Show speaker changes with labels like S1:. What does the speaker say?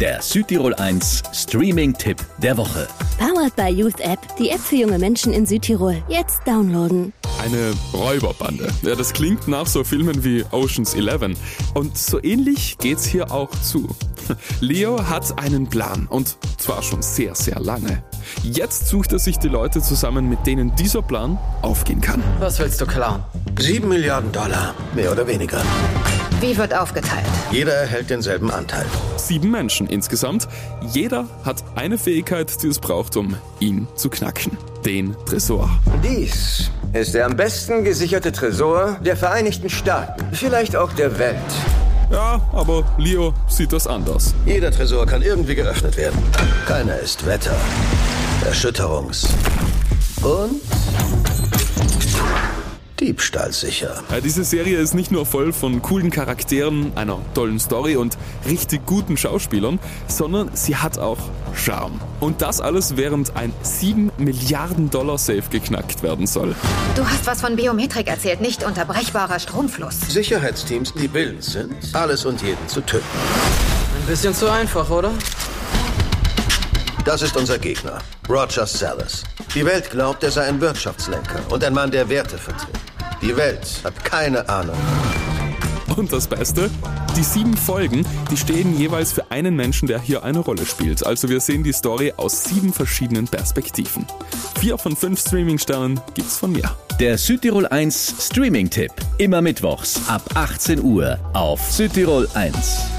S1: Der Südtirol 1 Streaming-Tipp der Woche.
S2: Powered by Youth App, die App für junge Menschen in Südtirol. Jetzt downloaden.
S3: Eine Räuberbande. Ja, das klingt nach so Filmen wie Ocean's Eleven. Und so ähnlich geht's hier auch zu. Leo hat einen Plan und zwar schon sehr, sehr lange. Jetzt sucht er sich die Leute zusammen, mit denen dieser Plan aufgehen kann.
S4: Was willst du klauen?
S5: Sieben Milliarden Dollar, mehr oder weniger.
S6: Wie wird aufgeteilt?
S5: Jeder erhält denselben Anteil.
S3: Sieben Menschen insgesamt. Jeder hat eine Fähigkeit, die es braucht, um ihn zu knacken. Den Tresor.
S7: Dies ist der am besten gesicherte Tresor der Vereinigten Staaten, vielleicht auch der Welt.
S3: Ja, aber Leo sieht das anders.
S5: Jeder Tresor kann irgendwie geöffnet werden. Keiner ist Wetter, Erschütterungs und Diebstahlsicher.
S3: Äh, Diese Serie ist nicht nur voll von coolen Charakteren, einer tollen Story und richtig guten Schauspielern, sondern sie hat auch Charme. Und das alles während ein 7 Milliarden Dollar Safe geknackt werden soll.
S6: Du hast was von Biometrik erzählt, nicht unterbrechbarer Stromfluss.
S5: Sicherheitsteams, die willens sind, alles und jeden zu töten.
S4: Ein bisschen zu einfach, oder?
S5: Das ist unser Gegner, Roger Salas. Die Welt glaubt, er sei ein Wirtschaftslenker und ein Mann, der Werte vertritt. Die Welt hat keine Ahnung.
S3: Und das Beste, die sieben Folgen, die stehen jeweils für einen Menschen, der hier eine Rolle spielt. Also wir sehen die Story aus sieben verschiedenen Perspektiven. Vier von fünf Streaming-Sternen gibt's von mir.
S1: Der Südtirol 1 Streaming-Tipp. Immer mittwochs ab 18 Uhr auf Südtirol 1.